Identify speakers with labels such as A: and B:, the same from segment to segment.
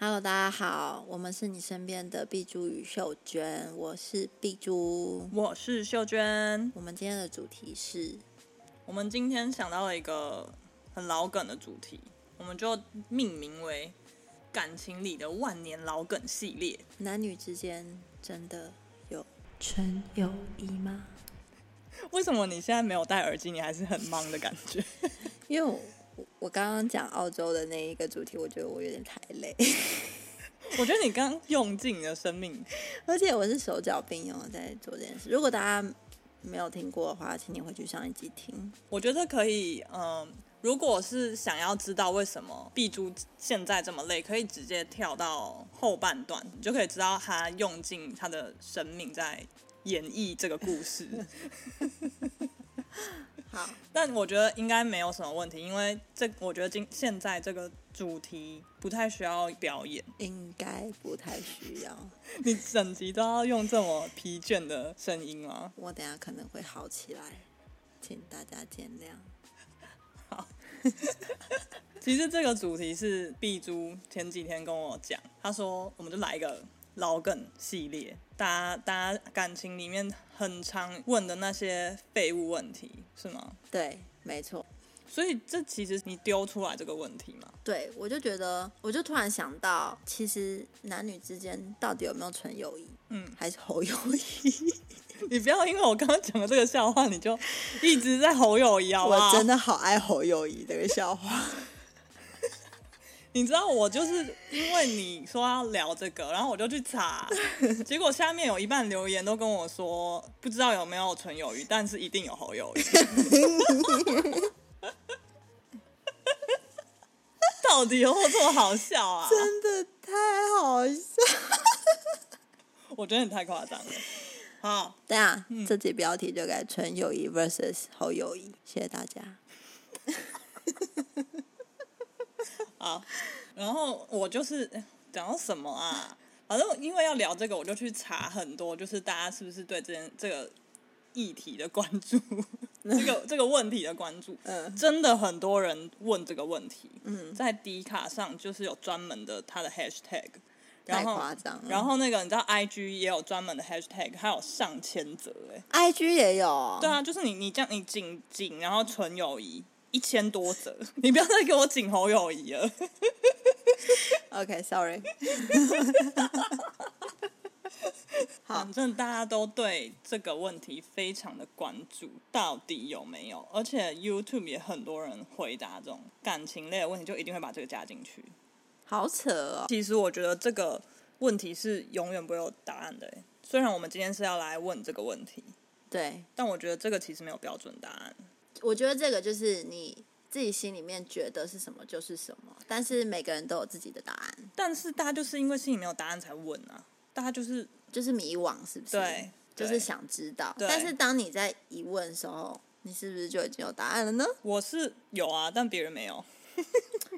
A: Hello，大家好，我们是你身边的碧珠与秀娟，我是碧珠。
B: 我是秀娟。
A: 我们今天的主题是
B: 我们今天想到了一个很老梗的主题，我们就命名为“感情里的万年老梗系列
A: 男女之间真的有纯友谊吗？”。
B: 为什么你现在没有戴耳机，你还是很忙的感觉？
A: 因为我我我刚刚讲澳洲的那一个主题，我觉得我有点太累，
B: 我觉得你刚用尽你的生命。
A: 而且我是手脚并用地在做这件事。如果大家没有听过的话，请你回去上一集听。
B: 我觉得可以，嗯、如果是想要知道为什么碧珠现在这么累，可以直接跳到后半段，你就可以知道她用尽她的生命在演绎这个故事。
A: 好，
B: 但我觉得应该没有什么问题，因为这我觉得今现在这个主题不太需要表演，
A: 应该不太需要，
B: 你整集都要用这么疲倦的声音吗？
A: 我等一下可能会好起来，请大家见谅。
B: 其实这个主题是碧珠前几天跟我讲，她说我们就来一个老梗系列，大家大家感情里面很常问的那些废物问题是吗？
A: 对，没错。
B: 所以这其实你丢出来这个问题嘛，
A: 对，我就觉得，我就突然想到，其实男女之间到底有没有纯友谊？
B: 嗯，
A: 还是侯友谊？
B: 你不要因为我刚刚讲的这个笑话，你就一直在吼友谊好啊不好？
A: 我真的好爱侯友谊这个笑话。
B: 你知道我就是因为你说要聊这个，然后我就去查，结果下面有一半留言都跟我说不知道有没有纯友谊，但是一定有侯友谊。到底有没有这么好笑啊？
A: 真的太好笑。
B: 我觉得你太夸张了。好，
A: 对啊，
B: 嗯
A: 这集标题就改纯友谊 vs 侯友谊，谢谢大家。
B: 然后我就是哎讲到什么啊？反正因为要聊这个，我就去查很多，就是大家是不是对这件这个议题的关 注，这个这个问题的关注，
A: 嗯
B: 真的很多人问这个问题。嗯，在迪卡上就是有专门的它的 hashtag，然
A: 太
B: 后
A: 夸张嗯了
B: 然后那个你知道 IG 也有专门的 hashtag，它有上千则哎、
A: IG 也有，
B: 对啊，就是你你这样你仅仅然后纯友谊一千多则， 你不要再给我仅侯友谊了。
A: ，OK，sorry，、好
B: 反正大家都对这个问题非常的关注，到底有没有？而且 YouTube 也很多人回答这种感情类的问题，就一定会把这个加进去。
A: 好扯哦。
B: 其实我觉得这个问题是永远不会有答案的欸，虽然我们今天是要来问这个问题，
A: 对，
B: 但我觉得这个其实没有标准答案。
A: 我觉得这个就是你自己心里面觉得是什么就是什么，但是每个人都有自己的答案，
B: 但是大家就是因为心里没有答案才问啊，大家就是
A: 就是迷惘，是不是？
B: 对，
A: 就是
B: 对
A: 想知道。
B: 对
A: 但是当你在疑问的时候，你是不是就已经有答案了呢？
B: 我是有啊，但别人没有。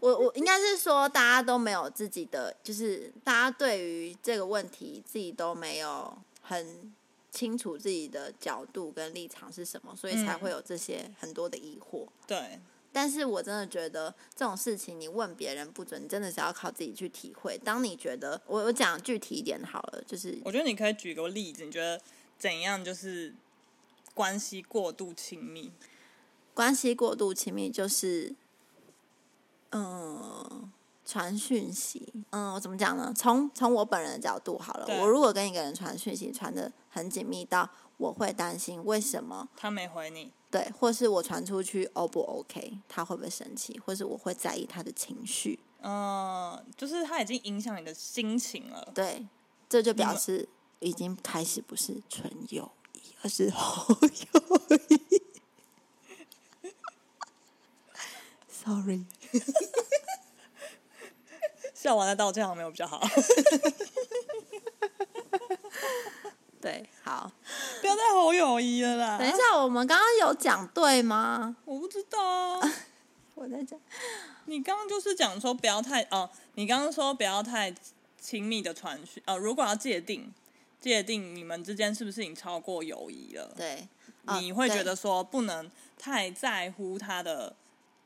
A: 我我应该是说，大家都没有自己的，就是大家对于这个问题自己都没有很清楚自己的角度跟立场是什么，所以才
B: 嗯
A: 会有这些很多的疑惑。
B: 对，
A: 但是我真的觉得这种事情，你问别人不准，你真的是要靠自己去体会。当你觉得我我讲具体一点好了，就是
B: 我觉得你可以举个例子，你觉得怎样就是关系过度亲密？
A: 关系过度亲密就是，嗯，传讯息，嗯，我怎么讲呢？从从我本人的角度好了
B: 对，
A: 我如果跟一个人传讯息，传的很紧密到我会担心为什么
B: 他没回你，
A: 对，或是我传出去 O 不 OK，他会不会生气，或是我会在意他的情绪，
B: 嗯，就是他已经影响你的心情了。
A: 对，这就表
B: 们
A: 示已经开始不是纯友谊，而是好友谊。Sorry。
B: 笑完再道歉好像没有比较好，
A: 对，好，
B: 不要再吼友谊了啦。
A: 等一，下，我们刚刚有讲对吗？
B: 我不知道啊。
A: 我在讲，
B: 你刚刚就是讲说不要太哦，你刚刚说不要太亲密的传讯哦。如果要界定界定你们之间是不是已经超过友谊了，
A: 对，哦
B: 你会觉
A: 对
B: 得说不能太在乎他的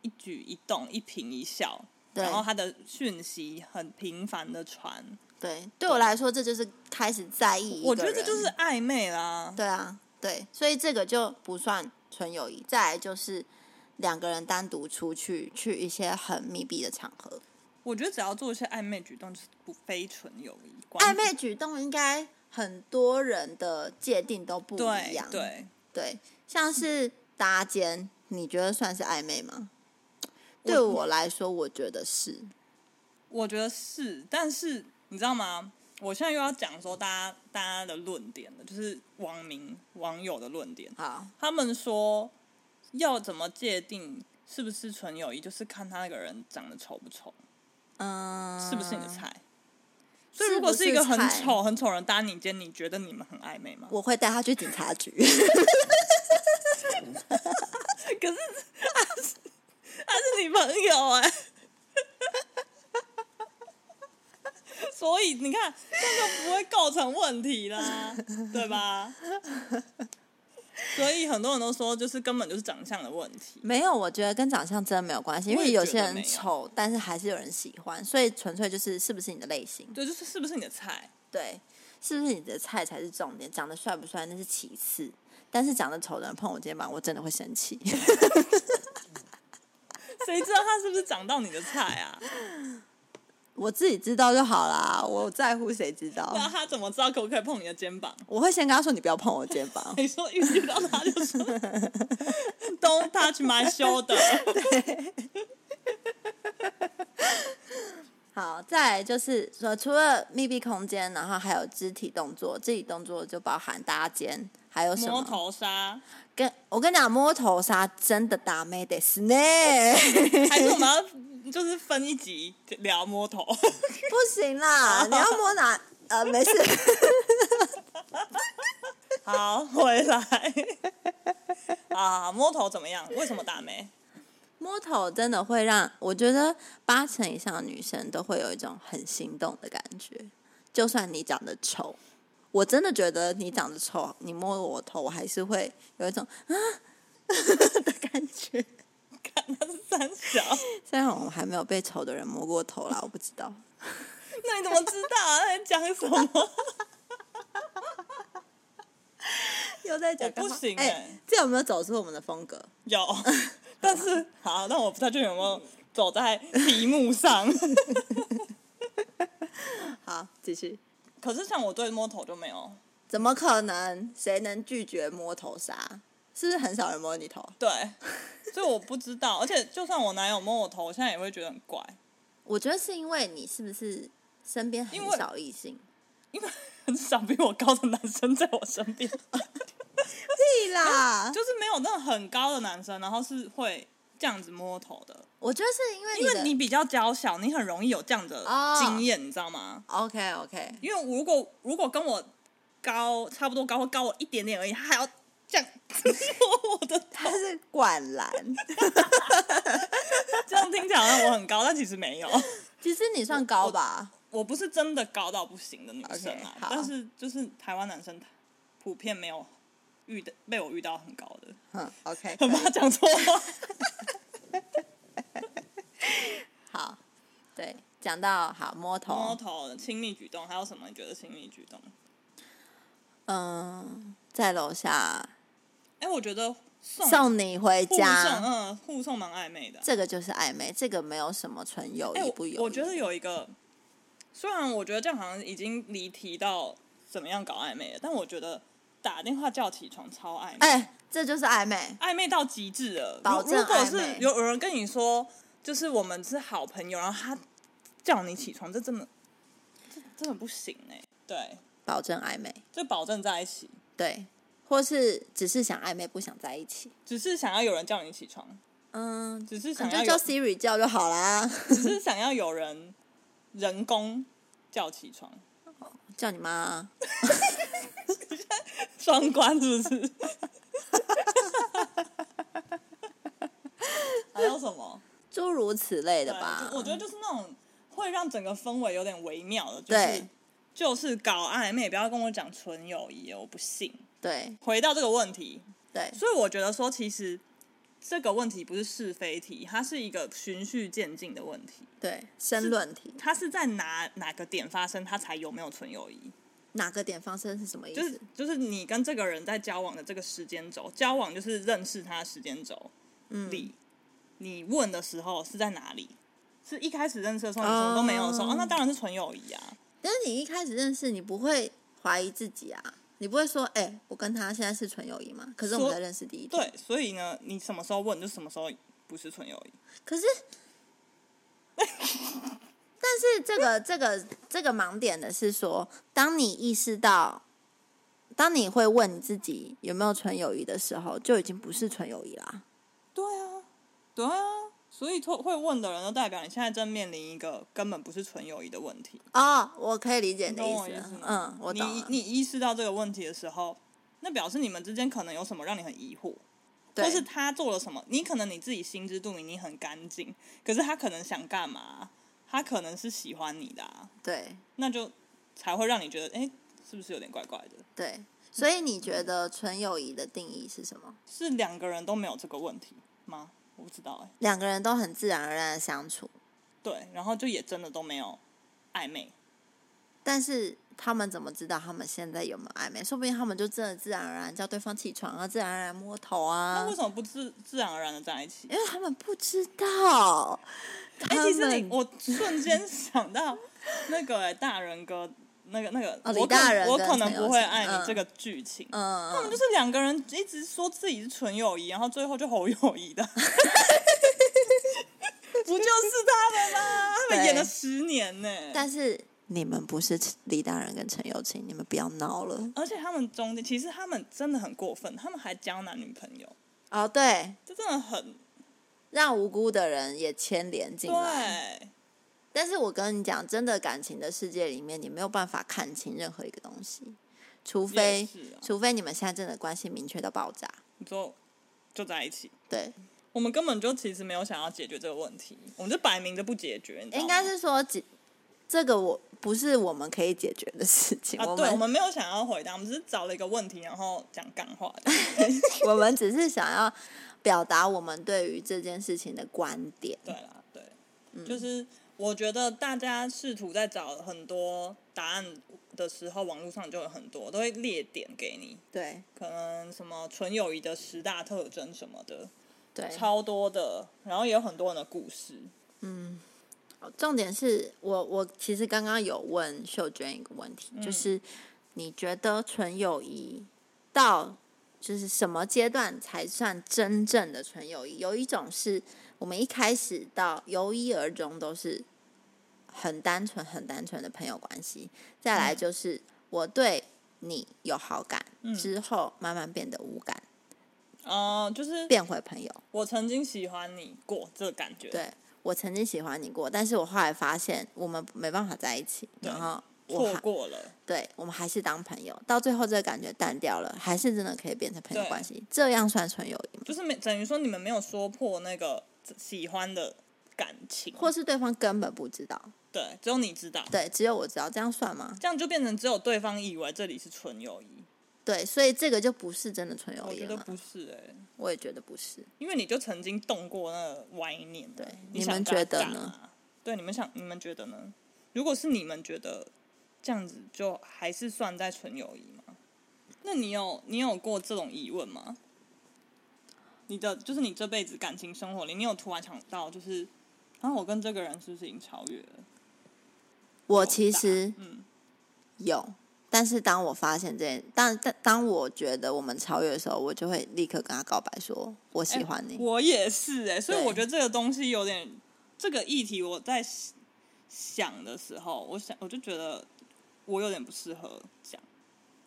B: 一举一动、一颦一笑，
A: 对
B: 然后他的讯息很频繁的传，
A: 对，对我来说，这就是开始在意一个
B: 我觉得这
A: 人
B: 就是暧昧啦。
A: 对啊，对，所以这个就不算纯友谊。再来就是两个人单独出去，去一些很密闭的场合，
B: 我觉得只要做一些暧昧举动，就是不非纯友谊关系。
A: 暧昧举动应该很多人的界定都不一
B: 对
A: 样。
B: 对，
A: 对像是搭肩，你觉得算是暧昧吗？对
B: 我
A: 我来说，我觉得是。
B: 我觉得是，但是你知道吗？我现在又要讲说大家大家的论点了，就是网民网友的论点，
A: 好，
B: 他们说要怎么界定是不是纯友谊，就是看他那个人长得丑不丑，
A: 嗯，
B: 是不是你的菜。所
A: 是不是菜？
B: 以如果是一个很丑很丑人搭你肩，你觉得你们很暧昧吗？
A: 我会带他去警察局。
B: 可是他是他是你朋友哎、所以你看，这样就不会构成问题啦，对吧？所以很多人都说，就是根本就是长相的问题。
A: 没有，我觉得跟长相真的没有关系，因
B: 我
A: 为
B: 也
A: 有
B: 觉
A: 些
B: 得
A: 人
B: 没有
A: 丑，但是还是有人喜欢，所以纯粹就是是不是你的类型，
B: 对，就是是不是你的菜？
A: 对，是不是你的菜才是重点，长得帅不帅那是其次，但是长得丑的人碰我肩膀，我真的会生气。
B: 谁知道他是不是长到你的菜啊？
A: 我自己知道就好啦，我在乎谁知道
B: 不？然他怎么知道可不可以碰你的肩膀？，
A: 我会先跟他说你不要碰我肩膀
B: 你说一遇到他就说 Don't touch my shoulder。
A: 好，再来就是说，除了密闭空间，然后还有肢体动作，肢体动作就包含搭肩，还有什
B: 摸
A: 么？
B: 头杀，
A: 跟我跟你讲，摸头杀真的打妹得死呢，
B: 还是我们要就是分一集聊摸头？
A: 不行 啦，你要摸哪？呃，没事，
B: 好， 回来。啊，摸头怎么样？为什么打没？
A: 摸头真的会让我觉得八成以上的女生都会有一种很心动的感觉，就算你长得丑。我真的觉得你长得丑，你摸我头，我还是会有一种啊 的感觉。
B: 看他是三小，
A: 虽然我还没有被丑的人摸过头啦，我不知道。
B: 那你怎么知道、啊？那你讲什么？
A: 又在
B: 讲干话
A: 哎、
B: 哎
A: 这有没有走出我们的风格？
B: 有，但是好，那我不太确定有没有走在题目上。
A: 好，继续。
B: 可是像我对摸头就没有，
A: 怎么可能？谁能拒绝摸头杀？是不是很少人摸你头？
B: 对，所以我不知道。而且就算我男友摸我头，我现在也会觉得很怪，
A: 我觉得是因为你是不是身边很
B: 因为
A: 少异性？
B: 因为很少比我高的男生在我身边，
A: 对啦，
B: 就是没有那种很高的男生，然后是会这样子摸头的。
A: 我觉得是因为
B: 因为
A: 你
B: 你
A: 的
B: 比较娇小，你很容易有这样的
A: 哦
B: 经验你知道吗？
A: OK OK，
B: 因为如果如果跟我高差不多高或高我一点点而已，他还要这样摸我的头
A: 他，是管蓝。
B: 这样听起来好像我很高，但其实没有。
A: 其实你算高吧？
B: 我不是真的高到不行的女生啊
A: OK，好
B: 但是就是台湾男生普遍没有遇的被我遇到很高的，
A: 嗯，OK，
B: 很怕讲错话。
A: 好，对，讲到 好摸头，
B: 摸头、亲密举动，还有什么你觉得亲密举动？
A: 嗯，在楼下
B: 哎、我觉得送
A: 送你回
B: 护送，
A: 家，
B: 嗯，护送蛮暧昧的。
A: 这个就是暧昧，这个没有什么纯友
B: 哎、
A: 谊
B: 我
A: 不友谊。
B: 我觉得有一个，虽然我觉得这样好像已经离题到怎么样搞暧昧了，但我觉得打电话叫起床超暧昧，
A: 哎、这就是暧昧。
B: 暧昧到极致了。
A: 保
B: 如
A: 证
B: 如果
A: 暧
B: 是
A: 昧
B: 有有人跟你说，就是我们是好朋友，然后他叫你起床，这真的，这真的不行哎、对，
A: 保证暧昧，
B: 就保证在一起，
A: 对，或是只是想暧昧不想在一起，
B: 只是想要有人叫你起床，
A: 嗯，
B: 只是
A: 你
B: 想要
A: 就
B: 有
A: 叫 Siri 叫就好啦，
B: 只是想要有人人工叫起床，
A: 叫你妈啊，
B: 双关是 不是？还有什么？
A: 诸如此类的
B: 对
A: 吧
B: 就。我觉得就是那种会让整个氛围有点微妙的，就是
A: 对
B: 就是搞暧昧，不要跟我讲纯友谊，我不信。
A: 对
B: 回到这个问题，
A: 对
B: 所以我觉得说，其实这个问题不是是非题，它是一个循序渐进的问题。
A: 对，申论题
B: 它是在哪哪个点发生，它才有没有存友谊？
A: 哪个点发生是什么意思？
B: 就是就是你跟这个人在交往的这个时间轴，交往就是认识他的时间轴里，你问的时候是在哪里？是一开始认识的时候你什么都没有的时候、
A: 哦
B: 啊，那当然是纯友谊啊。
A: 但是你一开始认识，你不会怀疑自己啊，你不会说，哎、我跟他现在是纯友谊吗？可是我们
B: 说
A: 在认识第一天，
B: 对，所以呢，你什么时候问就什么时候不是纯友谊。
A: 可是， 但是这 个这个这个盲点的是说，当你意识到，当你会问你自己有没有纯友谊的时候，就已经不是纯友谊啦。
B: 对啊，对啊，所以会会问的人，就代表你现在正面临一个根本不是纯友谊的问题。
A: 哦，我可以理解你的
B: 懂
A: 意
B: 我
A: 思
B: 意
A: 了
B: 思。吗
A: 嗯，我
B: 你
A: 懂了。
B: 你意识到这个问题的时候，那表示你们之间可能有什么让你很疑惑，
A: 对
B: 或是他做了什么，你可能你自己心知肚明，你很干净，可是他可能想干嘛？他可能是喜欢你的、啊，
A: 对
B: 那就才会让你觉得，哎、是不是有点怪怪的？
A: 对，所以你觉得纯友谊的定义是什么？
B: 是两个人都没有这个问题吗？我不知道哎、
A: 两个人都很自然而然的相处，
B: 对，然后就也真的都没有暧昧，
A: 但是他们怎么知道他们现在有没有暧昧？说不定他们就真的自然而然叫对方起床啊，自然而然摸头
B: 那
A: 啊
B: 为，什么不自自然而然的在一起？
A: 因为他们不知道。
B: 哎、
A: 他
B: 其实你
A: 们
B: 我瞬间想到那个、哎大人哥，那个那个，
A: 哦
B: 我
A: 李大
B: 可
A: 人
B: 我
A: 跟
B: 可能
A: 陈
B: 不
A: 友
B: 会
A: 庆
B: 爱你
A: 嗯
B: 这个剧情。他们
A: 嗯，
B: 就是两个人一直说自己是纯友谊，然后最后就侯友谊的， 不就是他们吗？他们
A: 对
B: 演了十年呢、
A: 但是你们不是李大人跟陈友清，你们不要闹了。
B: 而且他们中间其实他们真的很过分，他们还交男女朋友，
A: 哦，对，
B: 这真的很
A: 让无辜的人也牵连进来。
B: 对。
A: 但是我跟你讲，真的感情的世界里面，你没有办法看清任何一个东西，除非、
B: 也是啊
A: 除非你们现在真的关系明确到爆炸。
B: 你说就在一起，
A: 对，
B: 我们根本就其实没有想要解决这个问题，我们就摆明着不解决，你知道吗
A: 应该是说解这个我不是我们可以解决的事情，
B: 啊，
A: 我
B: 对，
A: 们
B: 我们没有想要回答，我们只是找了一个问题，然后讲干话这样。
A: 我们只是想要表达我们对于这件事情的观点。
B: 对啦，对，
A: 嗯
B: 就是我觉得大家试图在找很多答案的时候，网络上就有很多都会列点给你，
A: 对
B: 可能什么纯友谊的十大特征什么的，
A: 对，
B: 超多的，然后也有很多人的故事。
A: 重点是我我其实刚刚有问秀娟一个问题，就是你觉得纯友谊到就是什么阶段才算真正的纯友谊？有一种是我们一开始到由一而终都是很单纯、很单纯的朋友关系，再来就是我对你有好感、之后，慢慢变得无感，
B: 嗯、就是
A: 变回朋友。
B: 我曾经喜欢你过这个感觉，
A: 对我曾经喜欢你过，但是我后来发现我们没办法在一起，
B: 对
A: 然后我
B: 错
A: 还
B: 过了，
A: 对我们还是当朋友，到最后这个感觉淡掉了，还是真的可以变成朋友
B: 对
A: 关系，这样算纯友谊吗？
B: 就是没等于说你们没有说破那个喜欢的感情，
A: 或是对方根本不知道，
B: 对，只有你知道。
A: 对，只有我知道，这样算吗？
B: 这样就变成只有对方以为这里是纯友谊，
A: 对，所以这个就不是真的纯友
B: 我
A: 谊
B: 觉
A: 了
B: 得
A: 嘛。
B: 不是哎、
A: 我也觉得不是，
B: 因为你就曾经动过那个歪念啊，对
A: 你们觉得呢？
B: 啊对，你们想，你们觉得呢？如果是你们觉得这样子，就还是算在纯友谊吗？那你有你有过这种疑问吗？你的就是你这辈子感情生活里，你有突然想到，就是啊，我跟这个人是不是已经超越了？
A: 我其实
B: 嗯，
A: 有，但是当我发现这，当当当我觉得我们超越的时候，我就会立刻跟他告白说我喜欢你。
B: 我也是哎、所以
A: 对
B: 我觉得这个东西有点，这个议题我在想的时候，我想我就觉得我有点不适合讲，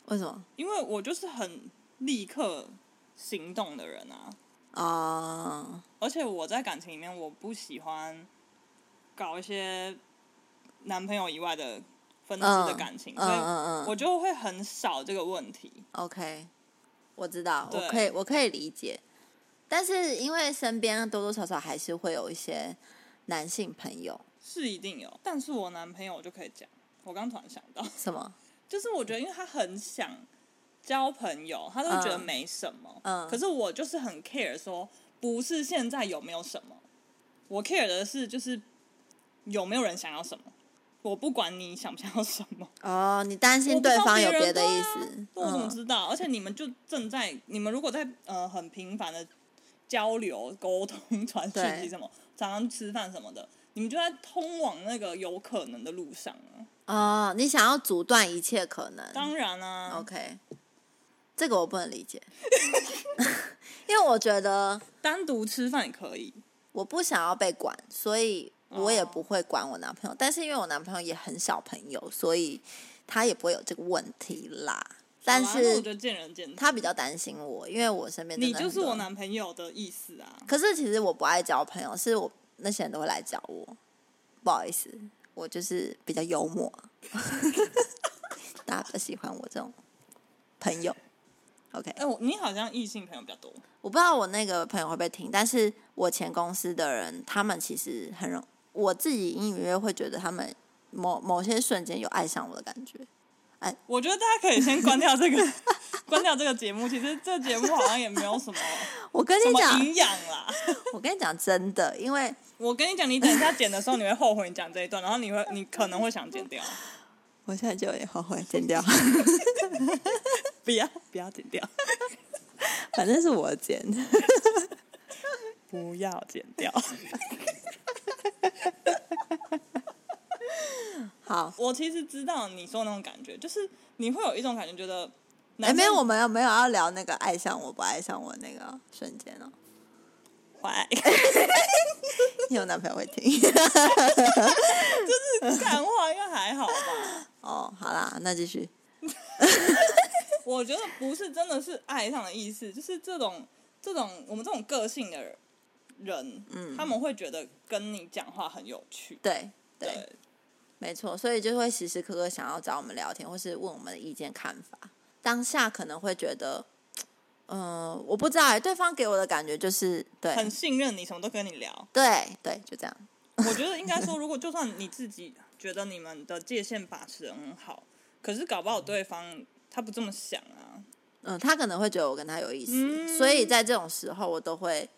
A: 为什么？
B: 因为我就是很立刻行动的人啊，
A: 啊、
B: 而且我在感情里面我不喜欢搞一些男朋友以外的分支的
A: 嗯
B: 感情，
A: 嗯
B: 所
A: 嗯嗯
B: 以我就会很少这个问题。
A: OK，我知道，我
B: 对
A: 可以，我可以理解。但是因为身边多多少少还是会有一些男性朋友，
B: 是一定有，但是我男朋友我就可以讲，我刚突然想到。
A: 什么？
B: 就是我觉得，因为他很想交朋友，他都觉得没什么。
A: 嗯
B: 可是我就是很 care 说，不是现在有没有什么，我 care 的是就是有没有人想要什么。我不管你想不想要什么，
A: 哦，你担
B: 我
A: 心
B: 不知
A: 对
B: 道
A: 方有
B: 别
A: 别的
B: 人
A: 意
B: 对啊
A: 思，
B: 我怎么
A: 嗯，
B: 知道？而且你们就正在，你们如果在呃很频繁的交流、沟通、 传讯息
A: 对
B: 什么，常常吃饭什么的，你们就在通往那个有可能的路上啊。
A: 哦，你想要阻断一切可能，
B: 当然啊，
A: OK，这个我不能理解， 因为我觉得
B: 单独吃饭也可以，
A: 我不想要被管，所以我也
B: 哦
A: 不会管我男朋友。但是因为我男朋友也很小朋友，所以他也不会有这个问题啦。但
B: 好啦啊那我
A: 是
B: 觉得见仁见智。
A: 他比较担心我，因为我身边真
B: 你
A: 的
B: 就
A: 很
B: 是我
A: 多
B: 男朋友的意思啊，
A: 可是其实我不爱交朋友，是我那些人都会来找我。不好意思，我就是比较幽默， 大家比较喜欢我这种朋友。OK，
B: 哎、我你好像异性朋友比较多，
A: 我不知道我那个朋友会不会听，但是我前公司的人，他们其实很容，我自己隐隐约约会觉得他们某某些瞬间有爱上我的感觉。
B: 我觉得大家可以先关掉这个， 关掉这个节目。其实这节目好像也没有 什么
A: 我跟
B: 什
A: 你
B: 么
A: 讲，
B: 营养啦。
A: 我跟你讲真的，因为
B: 我跟你讲，你等一下剪的时候，你会后悔你讲这一段，然后你会，你可能会想剪掉。
A: 我现在就有点后悔剪掉，
B: 不要，不要剪掉，
A: 反正是我剪。
B: 不要剪 掉。
A: 好，
B: 我其实知道你说的那种感觉，就是你会有一种感觉，觉得
A: 哎、
B: 男
A: 没
B: 生
A: 有，我们没有要聊那个爱上我不爱上我那个瞬间哦。
B: 坏，
A: 你有男朋友会听
B: 干话应该还好吧？
A: 哦。好啦，那继续。
B: 我觉得不是真的是爱上的意思，就是这种这种我们这种个性的人，
A: 嗯
B: 他们会觉得跟你讲话很有趣。
A: 对对，
B: 对，
A: 没错，所以就会时时刻刻想要找我们聊天，或是问我们的意见看法。当下可能会觉得，嗯、我不知道哎、对方给我的感觉就是对，
B: 很信任你，什么都跟你聊。
A: 对对，就这样。
B: 我觉得应该说，如果就算你自己觉得你们的界限把持得很好，可是搞不好对方他不这么想啊，
A: 嗯、他可能会觉得我跟他有意思，
B: 嗯
A: 所以在这种时候，我都会，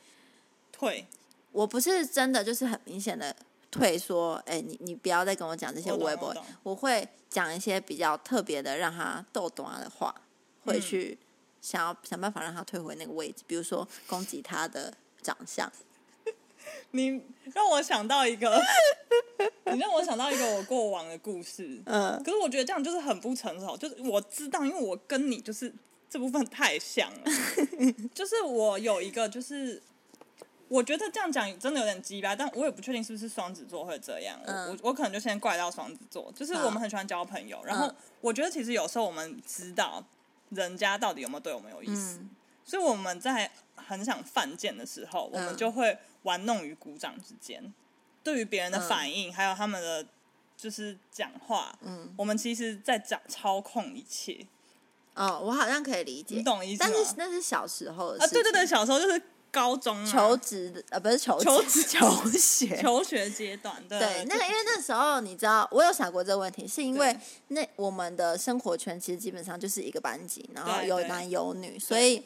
B: 退。
A: 我不是真的就是很明显的退说，哎、你你不要再跟我讲这些
B: 我懂
A: 微博
B: 我懂，
A: 我会讲一些比较特别的让他逗懂啊他的话，会
B: 嗯
A: 去想要想办法让他退回那个位置，比如说攻击他的长相。
B: 你让我想到一个， 你让我想到一个我过往的故事。
A: 嗯、
B: 可是我觉得这样就是很不成熟，就是我知道，因为我跟你就是这部分太像 了。就是我有一个，就是我觉得这样讲真的有点鸡巴，但我也不确定是不是双子座会这样。我
A: 嗯
B: 我我可能就先怪到双子座，就是
A: 好
B: 我们很喜欢交朋友，然后
A: 嗯
B: 我觉得其实有时候我们知道人家到底有没有对我们有意思，
A: 嗯
B: 所以我们在很想犯贱的时候，我们
A: 嗯
B: 就会玩弄于股掌之间。对于别人的
A: 嗯
B: 反应，还有他们的就是讲话，
A: 嗯，
B: 我们其实在讲操控一切，
A: 哦，我好像可以理解，
B: 你懂意思
A: 但
B: 吗？
A: 是那是小时候的
B: 啊，
A: 事情
B: 对对对，，小时候就是高中、啊、
A: 求职的呃不是求
B: 求
A: 职求学，
B: 求学阶段，对
A: 对，那
B: 就
A: 个因为那时候你知道，我有想过这个问题，是因为
B: 对
A: 那我们的生活圈其实基本上就是一个班级，然后
B: 对
A: 有
B: 对
A: 男有女，所以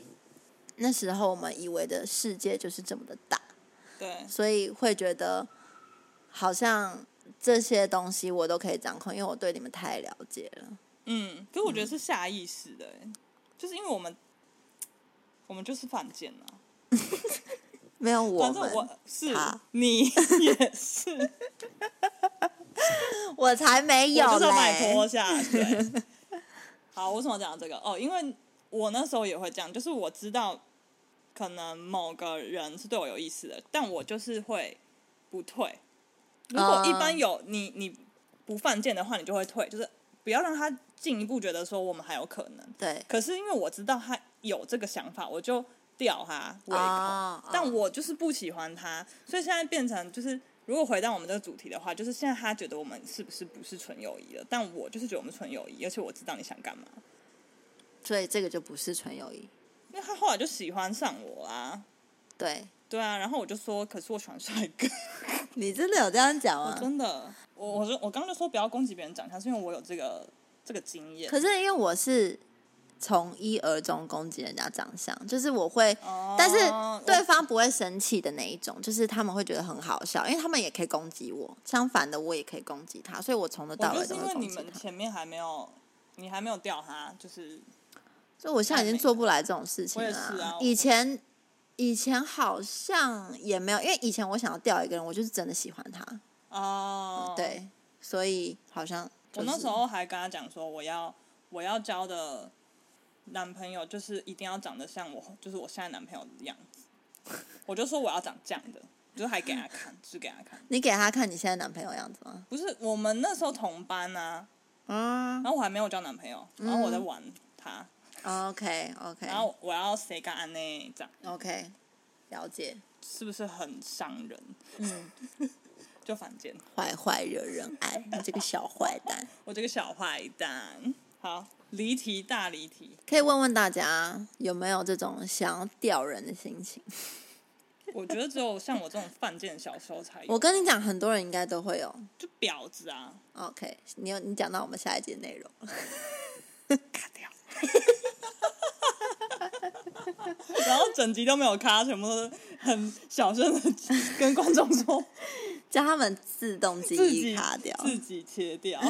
A: 那时候我们以为的世界就是这么的大，
B: 对
A: 所以会觉得好像这些东西我都可以掌控，因为我对你们太了解了。
B: 嗯，可是我觉得是下意识的、欸，就是因为我们我们就是犯贱啊，
A: 没有我
B: 反正
A: 们，
B: 我是
A: 他
B: 你 也是，
A: 我才没有
B: 我就是要把你拖
A: 嘞。
B: 下水。好，为什么讲到这个？哦，因为我那时候也会这样，就是我知道可能某个人是对我有意思的，但我就是会不退。如果
A: 嗯
B: 一般有你你不犯贱的话，你就会退，就是不要让他进一步觉得说我们还有可能。
A: 对，
B: 可是因为我知道他有这个想法，我就吊他胃口。
A: 哦
B: 但
A: 哦
B: 我就是不喜欢他，所以现在变成就是，如果回到我们这个主题的话，就是现在他觉得我们是不是不是纯友谊了？但我就是觉得我们纯友谊，而且我知道你想干嘛，
A: 所以这个就不是纯友谊。
B: 因为他后来就喜欢上我啦。
A: 对
B: 对啊，然后我就说，可是我喜欢帅哥，
A: 你真的有这样讲啊吗？
B: 真的。我我说我刚刚就说不要攻击别人长相，是因为我有这个这个经验。
A: 可是因为我是从一而终攻击人家长相，就是我会，
B: 哦
A: 但是对方不会生气的那一种，就是他们会觉得很好笑，因为他们也可以攻击我，相反的我也可以攻击他，所以我从头
B: 我
A: 到
B: 就
A: 尾
B: 是
A: 都
B: 因
A: 会
B: 为
A: 攻
B: 你
A: 击
B: 们
A: 他。
B: 前面还没有，你还没有掉他，就是
A: 所以我现在已经
B: 太美
A: 做不来这种事情
B: 我也
A: 了、
B: 是啊
A: 以前以前好像也没有，因为以前我想要钓一个人，我就是真的喜欢他，
B: 哦、，
A: 对，所以好像、就是、
B: 我那时候还跟他讲说，我要我要交的男朋友就是一定要长得像我，就是我现在男朋友的样子。我就说我要长这样的，就还给他看，就是给他看。
A: 你给他看你现在男朋友样子吗？
B: 不是我们那时候同班啊，
A: 啊
B: 然后我还没有交男朋友，然后
A: 嗯
B: 我在玩他，
A: ，OK OK
B: 然后我要谁敢安呢？这样
A: OK，了解，
B: 是不是很伤人？
A: 嗯，
B: 就反间，
A: 坏坏惹人爱， 你这个小坏蛋。
B: 我这个小坏蛋。好，离题大离题，
A: 可以问问大家有没有这种想要吊人的心情？
B: 我觉得只有像我这种犯贱小时候才有，
A: 我跟你讲，很多人应该都会有。
B: 就婊子啊，
A: OK，你有你讲到我们下一节内容。
B: 卡掉。然后整集都没有卡，全部都是很小 声的跟观众说
A: 叫他们自动记
B: 自
A: 忆
B: 己
A: 卡掉。
B: 自己切掉。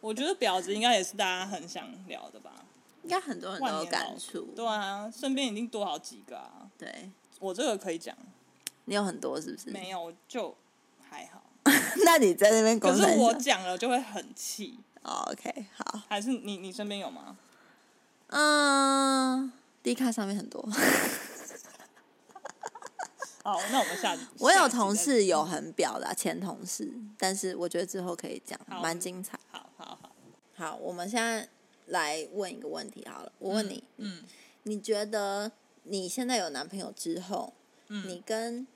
B: 我觉得婊子应该也是大家很想聊的吧，
A: 应该很多人都
B: 万
A: 有
B: 年老
A: 感触。
B: 对啊，身边已经多好几个啊。
A: 对，
B: 我这个可以讲，
A: 你有很多是不是？
B: 没有就还好，
A: 那你在那边
B: 可
A: 公
B: 是
A: 分
B: 我讲了就会很气。
A: o k 好，
B: 还是你你身边有吗？
A: 嗯，D 卡上面很多。
B: 好，哦那我们下
A: 我
B: 下
A: 有
B: 一集再
A: 同事有很表达前同事，但是我觉得之后可以讲，
B: 好
A: 蛮精彩。
B: 好好好，
A: 好，我们现在来问一个问题好了，我问你，
B: 嗯，
A: 你觉得你现在有男朋友之后，你跟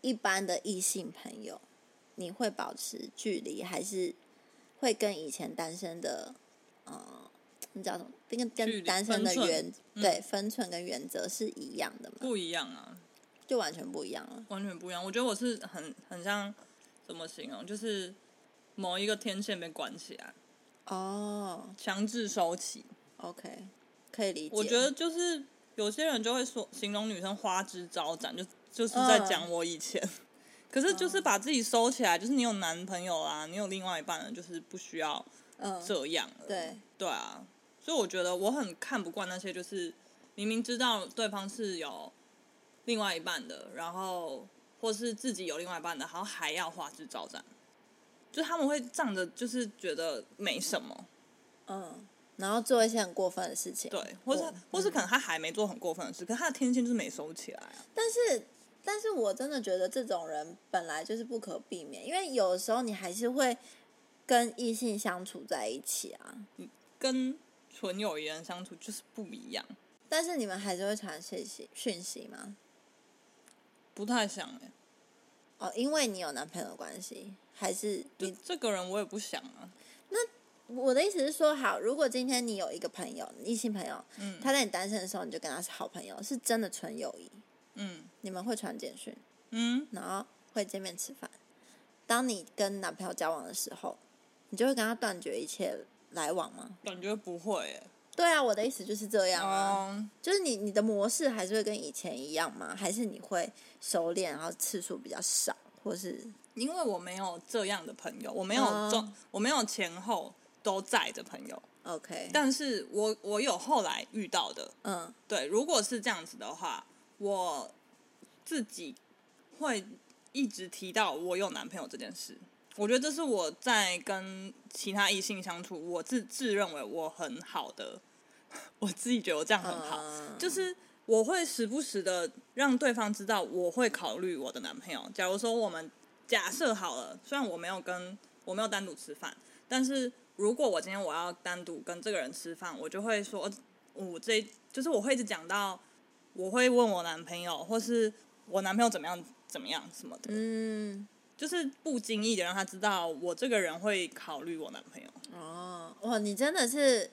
A: 一般的异性朋友，你会保持距离，还是会跟以前单身的，呃，你知道什么？跟
B: 距离
A: 跟单身的
B: 分寸
A: 原对分寸跟原则是一样的吗？
B: 不一样啊，
A: 就完全不一样了。
B: 完全不一样。我觉得我是很很像怎么形容，就是某一个天线被关起来，
A: 哦
B: 强制收起。
A: ，OK，可以理解。
B: 我觉得就是有些人就会说形容女生花枝招展，就就是在
A: 嗯
B: 讲我以 前。可是就是把自己收起来，就是你有男朋友啊，你有另外一半了，就是不需要
A: 嗯，
B: 这样了。
A: 对，
B: 对啊，所以我觉得我很看不惯那些就是明明知道对方是有另外一半的，然后或是自己有另外一半的，然后还要花枝招展，就他们会仗着就是觉得没什么，
A: 嗯，然后做一些很过分的事情。
B: 对，或是、
A: 我
B: 或是可能他还没做很过分的事，可是他的天性就是没收起来啊。
A: 但是，但是我真的觉得这种人本来就是不可避免，因为有时候你还是会跟异性相处在一起啊，
B: 跟纯友谊人相处就是不一样，
A: 但是你们还是会传讯息讯息吗？
B: 不太想哎、
A: 哦，因为你有男朋友的关系，还是
B: 就
A: 你？
B: 这个人我也不想啊，
A: 我的意思是说，好，如果今天你有一个朋友，异性朋友，
B: 嗯
A: 他在你单身的时候，你就跟他是好朋友，是真的纯友谊，
B: 嗯
A: 你们会传简讯，
B: 嗯，
A: 然后会见面吃饭。当你跟男朋友交往的时候，你就会跟他断绝一切来往吗？
B: 感觉不会哎、
A: 对啊，我的意思就是这样啊，
B: 嗯
A: 就是你你的模式还是会跟以前一样吗？还是你会收敛，然后次数比较少，或是
B: 因为我没有这样的朋友，我没有
A: 哦
B: 中，我没有前后都在的朋友，
A: OK？
B: 但是我我有后来遇到的。
A: 嗯
B: 对，如果是这样子的话，我自己会一直提到我有男朋友这件事。我觉得这是我在跟其他异性相处，我自自认为我很好的， 我自己觉得我这样很好，
A: 嗯
B: 就是我会时不时的让对方知道我会考虑我的男朋友。假如说我们假设好了，虽然我没有跟我没有单独吃饭，但是如果我今天我要单独跟这个人吃饭，我就会说，哦我这就是我会一直讲到，我会问我男朋友，或是我男朋友怎么样怎么样什么的，
A: 嗯
B: 就是不经意的让他知道我这个人会考虑我男朋友，
A: 哦哇，你真的是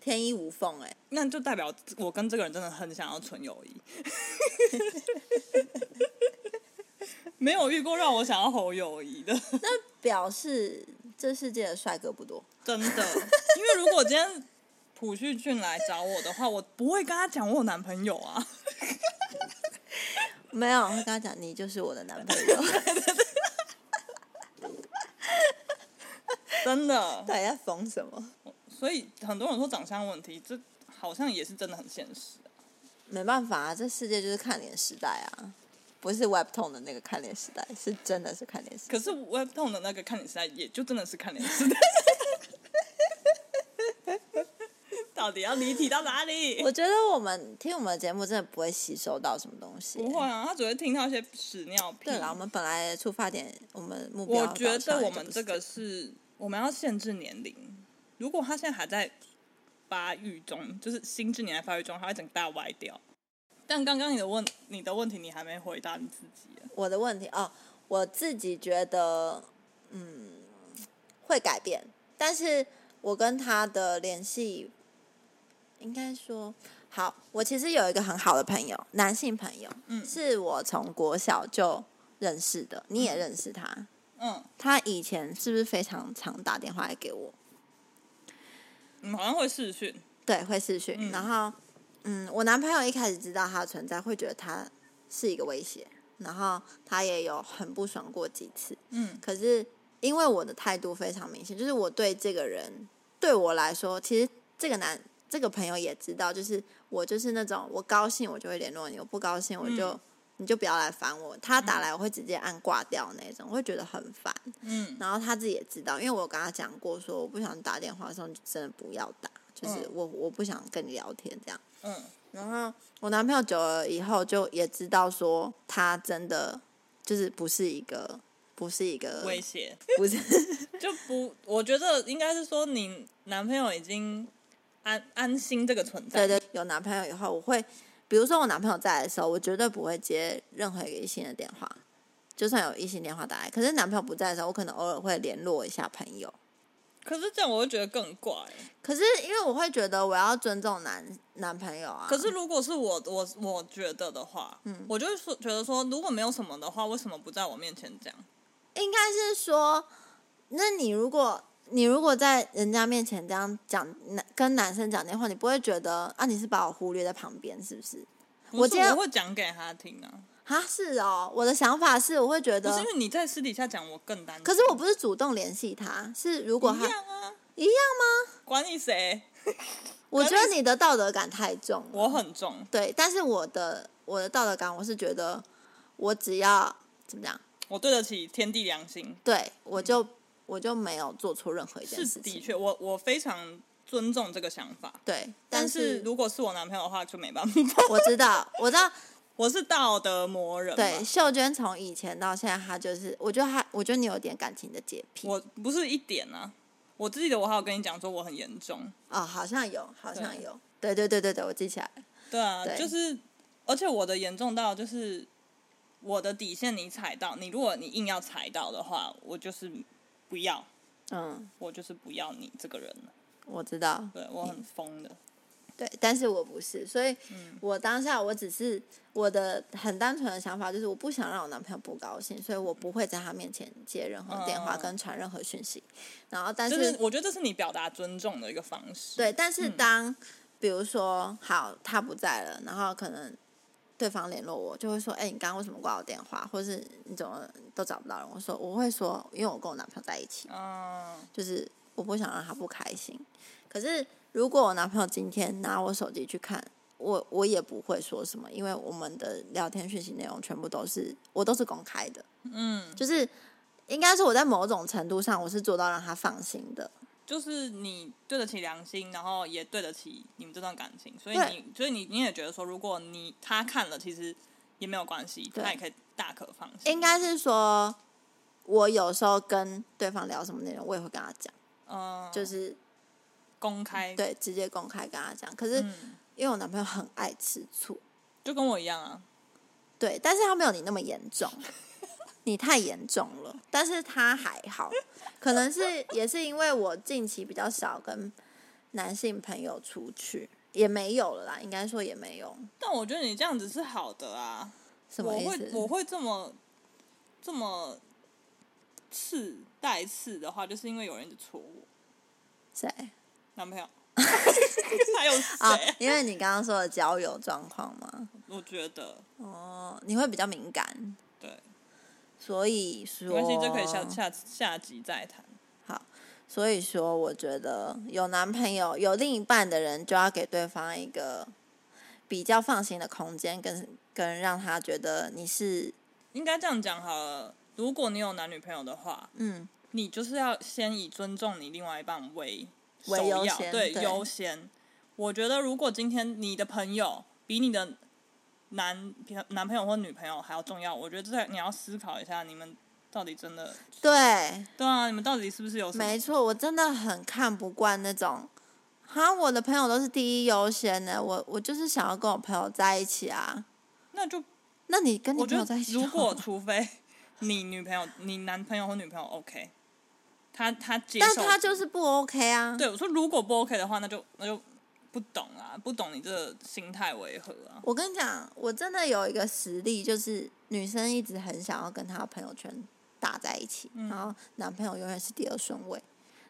A: 天衣无缝哎、
B: 那就代表我跟这个人真的很想要纯友谊。 没有遇过让我想要吼友谊的，
A: 表示这世界的帅哥不多。
B: 真的。因为如果今天朴叙俊来找我的话，我不会跟他讲我有男朋友啊。
A: 没有，我会跟他讲，你就是我的男朋 友，
B: 真的。
A: 到底在疯什么？
B: 所以很多人说长相问题，这好像也是真的很现实。
A: 没办法啊，这世界就是看脸时代啊，不是 Web 痛的那个看脸时代，是真的是看脸时代。
B: 可是 Web Tone 的那个看脸时代，也就真的是看脸时代。 到底要离题到哪里？
A: 我觉得我们听我们的节目真的不会吸收到什么东西。
B: 不会啊，他只会听到一些屎尿屁。
A: 对啦，我们本来的出发点，我们目标
B: 我觉
A: 导向
B: 得
A: 也
B: 我
A: 就
B: 们
A: 不
B: 这
A: 是
B: 个是我们要限制年龄。如果他现在还在发育中，就是心智年在发育中，他会整个大歪掉。但刚刚你的问你的问题，你还没回答你自己啊。
A: 我的问题哦，我自己觉得，嗯，会改变，但是我跟他的联系，应该说好。我其实有一个很好的朋友，男性朋友，
B: 嗯
A: 是我从国小就认识的，你也认识他，
B: 嗯，
A: 他以前是不是非常常打电话来给我？
B: 你嗯们好像会试训，
A: 对，会视讯。
B: 嗯
A: 然后，嗯，我男朋友一开始知道他的存在，会觉得他是一个威胁，然后他也有很不爽过几次。
B: 嗯
A: 可是因为我的态度非常明显，就是我对这个人，对我来说，其实这个男这个朋友也知道，就是我就是那种我高兴我就会联络你，我不高兴我就、
B: 嗯
A: 你就不要来烦我。他打来我会直接按挂掉那种，我会觉得很烦。
B: 嗯
A: 然后他自己也知道，因为我有跟他讲过说，我不想打电话的时候，你就真的不要打，就是
B: 嗯
A: 我我不想跟你聊天这样。
B: 嗯
A: 然后我男朋友久了以后，就也知道说他真的就是不是一个不是一个
B: 威胁。
A: 不是
B: 就不，我觉得应该是说你男朋友已经安安心这个存在。
A: 对对有男朋友以后，我会比如说我男朋友在的时候，我绝对不会接任何一个异性的电话，就算有异性电话打来，可是男朋友不在的时候，我可能偶尔会联络一下朋友。
B: 可是这样我会觉得更怪。
A: 可是因为我会觉得我要尊重男男朋友啊，
B: 可是如果是我，我我觉得的话，嗯，我就会说觉得说，如果没有什么的话，为什么不在我面前讲？
A: 应该是说，那你如果你如果在人家面前这样讲，男跟男生讲电话，你不会觉得啊你是把我忽略在旁边，是不是？
B: 不是
A: 我今天
B: 我会讲给他听啊，
A: 啊，是哦，我的想法是，我会觉
B: 不是
A: 得
B: 因，为你在私底下讲，我更担心。
A: 啊可是我不是主动联系他，是如果
B: 一
A: 他
B: 样啊，
A: 一样吗？
B: 管你谁，
A: 我觉得你的道德感太重了，
B: 我很重，
A: 对，但是我的我的道德感，我是觉得我只要怎么讲，
B: 我对得起天地良心。
A: 对我就我就没有做错任何一件
B: 嗯是
A: 事
B: 的
A: 情，
B: 确，我我非常尊重这个想法，
A: 对，
B: 但
A: 但
B: 是
A: 是
B: 如果是我男朋友的话，就没办法。
A: 我知道，我知道。
B: 我是道德魔人嘛，
A: 对，秀娟从以前到现在，她就是，我觉得她，我觉得你有点感情的洁癖。
B: 我不是一点啊，我记得我还有跟你讲说我很严重，
A: 哦，好像有，好像
B: 对
A: 有。对对对对对，我记起来了。
B: 对啊，
A: 对
B: 就是，而且我的严重到就是我的底线你踩到，你如果你硬要踩到的话，我就是不要，
A: 嗯，
B: 我就是不要你这个人了，
A: 我知道。
B: 对我
A: 嗯
B: 很疯的，
A: 对，但是我不是，所以我当下我只是我的很单纯的想法就是，我不想让我男朋友不高兴，所以我不会在他面前接任何电话
B: 嗯
A: 跟传任何讯息。然后，但
B: 就是是我觉得这是你表达尊重的一个方式，
A: 对，但是当、比如说好他不在了，然后可能对方联络我，就会说：“哎、你刚刚为什么挂我电话？或是你怎么都找不到人？”我说：“我会说，因为我跟我男朋友在一起，
B: 嗯，
A: 就是我不想让他不开心。可是如果我男朋友今天拿我手机去看，我我也不会说什么，因为我们的聊天讯息内容全部都是我都是公开的，
B: 嗯，
A: 就是应该是我在某种程度上我是做到让他放心的。
B: 就是你对得起良心，然后也对得起你们这段感情，所以
A: 对
B: 你，所以你你也觉得说，如果你他看了，其实也没有关系，
A: 对
B: 他也可以大可放心，
A: 应该是说，我有时候跟对方聊什么内容，我也会跟他讲，
B: 嗯，
A: 就是
B: 公开，
A: 对直接公开跟他讲。可是
B: 哦嗯，
A: 因为我男朋友很爱吃醋，
B: 就跟我一样啊，
A: 对，但是他没有你那么严 重，你太严重了，但是他还好，可能是也是因为我近期比较少跟男性朋友出去，也没有了啦，应该说也没有，
B: 但我觉得你这样子是好的啊，
A: 什么
B: 我
A: 意
B: 会
A: 思？
B: 我会这么这么刺带刺的话，就是因为有人一直戳我
A: 谁？
B: 男朋友，还有
A: 啊
B: 谁？，
A: 因为你刚刚说的交友状况嘛，
B: 我觉得
A: 哦，你会比较敏感，
B: 对，
A: 所以说，
B: 没关系，这可以下下下集再谈。
A: 所以说，我觉得有男朋友、有另一半的人，就要给对方一个比较放心的空间，跟跟让他觉得你是
B: 应该这样讲好了，如果你有男女朋友的话，
A: 嗯
B: 你就是要先以尊重你另外一半为
A: 为
B: 首
A: 优
B: 要，
A: 先
B: 对
A: 对
B: 优先。我觉得如果今天你的朋友比你的男男朋友或女朋友还要重要，我觉得这你要思考一下，你们到底真的
A: 对，
B: 对啊，你们到底是不是有什么
A: 没？错，我真的很看不惯那种，哈，我的朋友都是第一优先的，我我就是想要跟我朋友在一起啊。
B: 那就
A: 那你跟你
B: 我
A: 朋
B: 觉
A: 友
B: 得
A: 在一起就
B: 如
A: 好
B: 果
A: 了，
B: 除非 你女朋友、你男朋友或女朋友 OK，他他接受，
A: 但他就是不 OK 啊。
B: 对我说，如果不 OK 的话，那就那就不懂啊，不懂你这个心态为何啊？
A: 我跟你讲，我真的有一个实例，就是女生一直很想要跟她朋友圈打在一起，
B: 嗯
A: 然后男朋友永远是第二顺位，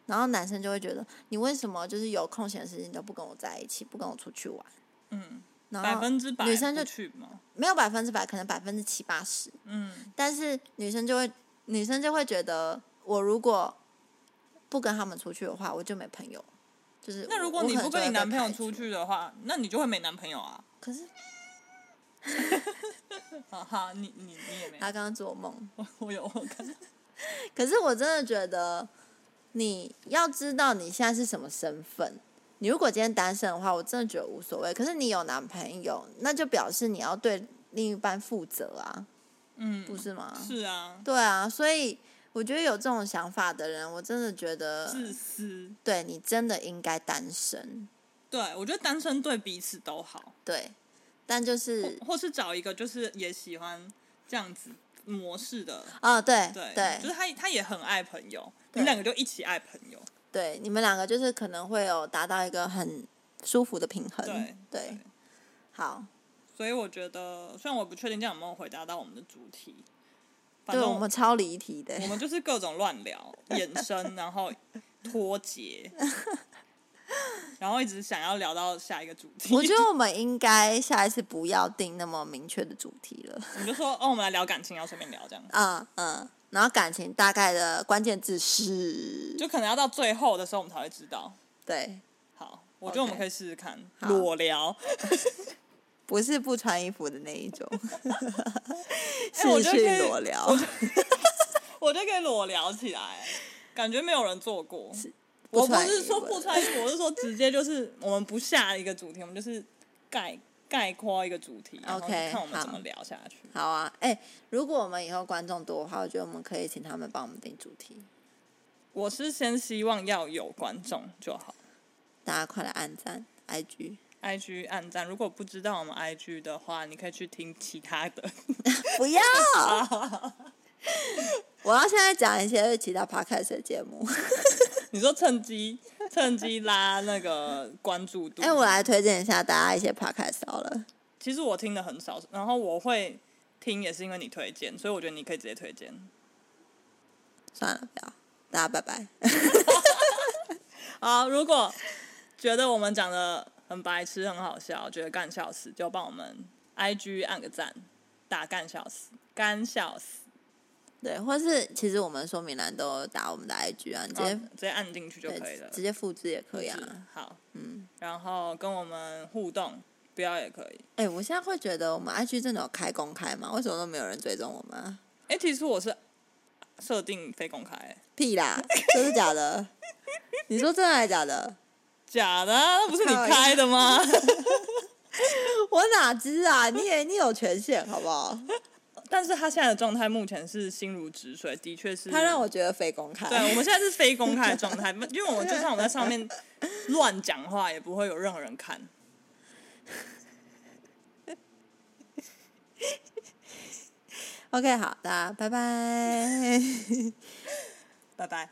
A: 然后男生就会觉得你为什么就是有空闲的时间你都不跟我在一起，不跟我出去玩，
B: 嗯，百
A: 然后
B: 分之百
A: 啊女生就
B: 不去嘛，
A: 没有百分之百，可能百分之七八十，
B: 嗯，
A: 但是女生就会女生就会觉得我如果不跟他们出去的话，我就没朋友。就是
B: 那
A: 我
B: 如果
A: 我
B: 你
A: 可
B: 不
A: 能就
B: 跟你
A: 会被
B: 男朋友
A: 排
B: 出
A: 除
B: 去的话，那你就会没男朋友啊！
A: 可是
B: 哈啊哈，你你你也没，
A: 他刚刚做梦。
B: 我我有我看到，
A: 可是我真的觉得，你要知道你现在是什么身份。你如果今天单身的话，我真的觉得无所谓。可是你有男朋友，那就表示你要对另一半负责啊，
B: 嗯，
A: 不是吗？
B: 是啊，
A: 对啊，所以我觉得有这种想法的人，我真的觉得，
B: 自私，
A: 对你真的应该单身。
B: 对我觉得单身对彼此都好，
A: 对，但就是，
B: 或或是找一个就是也喜欢这样子模式的，
A: 哦，对
B: 对，
A: 对
B: 就是他他也很爱朋友，你
A: 对
B: 们两个就一起爱朋友，
A: 对，你们两个就是可能会有达到一个很舒服的平衡。
B: 对
A: 嗯对，好，
B: 所以我觉得，虽然我不确定这样有没有回答到我们的主题，反
A: 对
B: 正
A: 我们超离题的。
B: 我们就是各种乱聊、衍生，然后 脱节，然后一直想要聊到下一个主题。
A: 我觉 得我们应该下一次不要定那么明确的主题了。
B: 你就说哦，我们来聊感情，然后顺便聊这样，
A: 嗯嗯，然后感情大概的关键字是，
B: 就可能要到最后的时候我们才会知道。
A: 对，
B: 好，我觉得我们
A: OK
B: 可以试试看
A: 好
B: 裸聊。
A: 不是不穿衣服的那一 种，
B: 哎我
A: 是
B: 觉得可以
A: 去裸聊。
B: 我就可以裸聊起来，感觉没有人做过。
A: 不
B: 我不
A: 穿
B: 是
A: 衣
B: 说
A: 服
B: 不
A: 的
B: 穿衣服，我是说直接就是我们不下一个主题，我们就是概概括一个主题，然后就
A: OK，
B: 看我们怎
A: 好
B: 么聊下去。
A: 好啊，哎、如果我们以后观众多的话，我觉得我们可以请他们帮我们定主题。
B: 我是先希望要有观众就好
A: 大家快来按赞，IG
B: ，IG 按赞。如果不知道我们 IG 的话，你可以去听其他的。
A: 不要。 我要现在讲一些其他 podcast 的节目。
B: 你说趁机趁机拉那个关注度。
A: 哎、我来推荐一下大家一些 podcast 好了。
B: 其实我听的很少，然后我会听也是因为你推荐，所以我觉得你可以直接推荐。
A: 算了，不要，大家拜拜。
B: 好，如果觉得我们讲的很白痴、很好笑，觉得干笑死，就帮我们 IG 按个赞，打干笑死，干笑死，
A: 对，或是其实我们说明栏都有打我们的 IG 啊，你直
B: 然后
A: 接、
B: 直接按进去就可以了
A: 对，直。接复制也可以啊。
B: 好，嗯，然后跟我们互动，不要也可以。
A: 哎、我现在会觉得我们 IG 真的有开公开吗？为什么都没有人追踪我们、啊？
B: 哎、其实我是设定非公开、
A: 屁 啦，真的假的？你说真的还是假的？
B: 假的啊、那不是你开的吗？
A: 我哪知啊？你也你有权限好不好？
B: 但是他现在的状态目前是心如止水，的确是。
A: 他让我觉得非公开。
B: 对， 我们现在是非公开的状态，因为我们就算我们在上面乱讲话，也不会有任何人看。
A: OK，好的，拜拜。
B: 拜拜。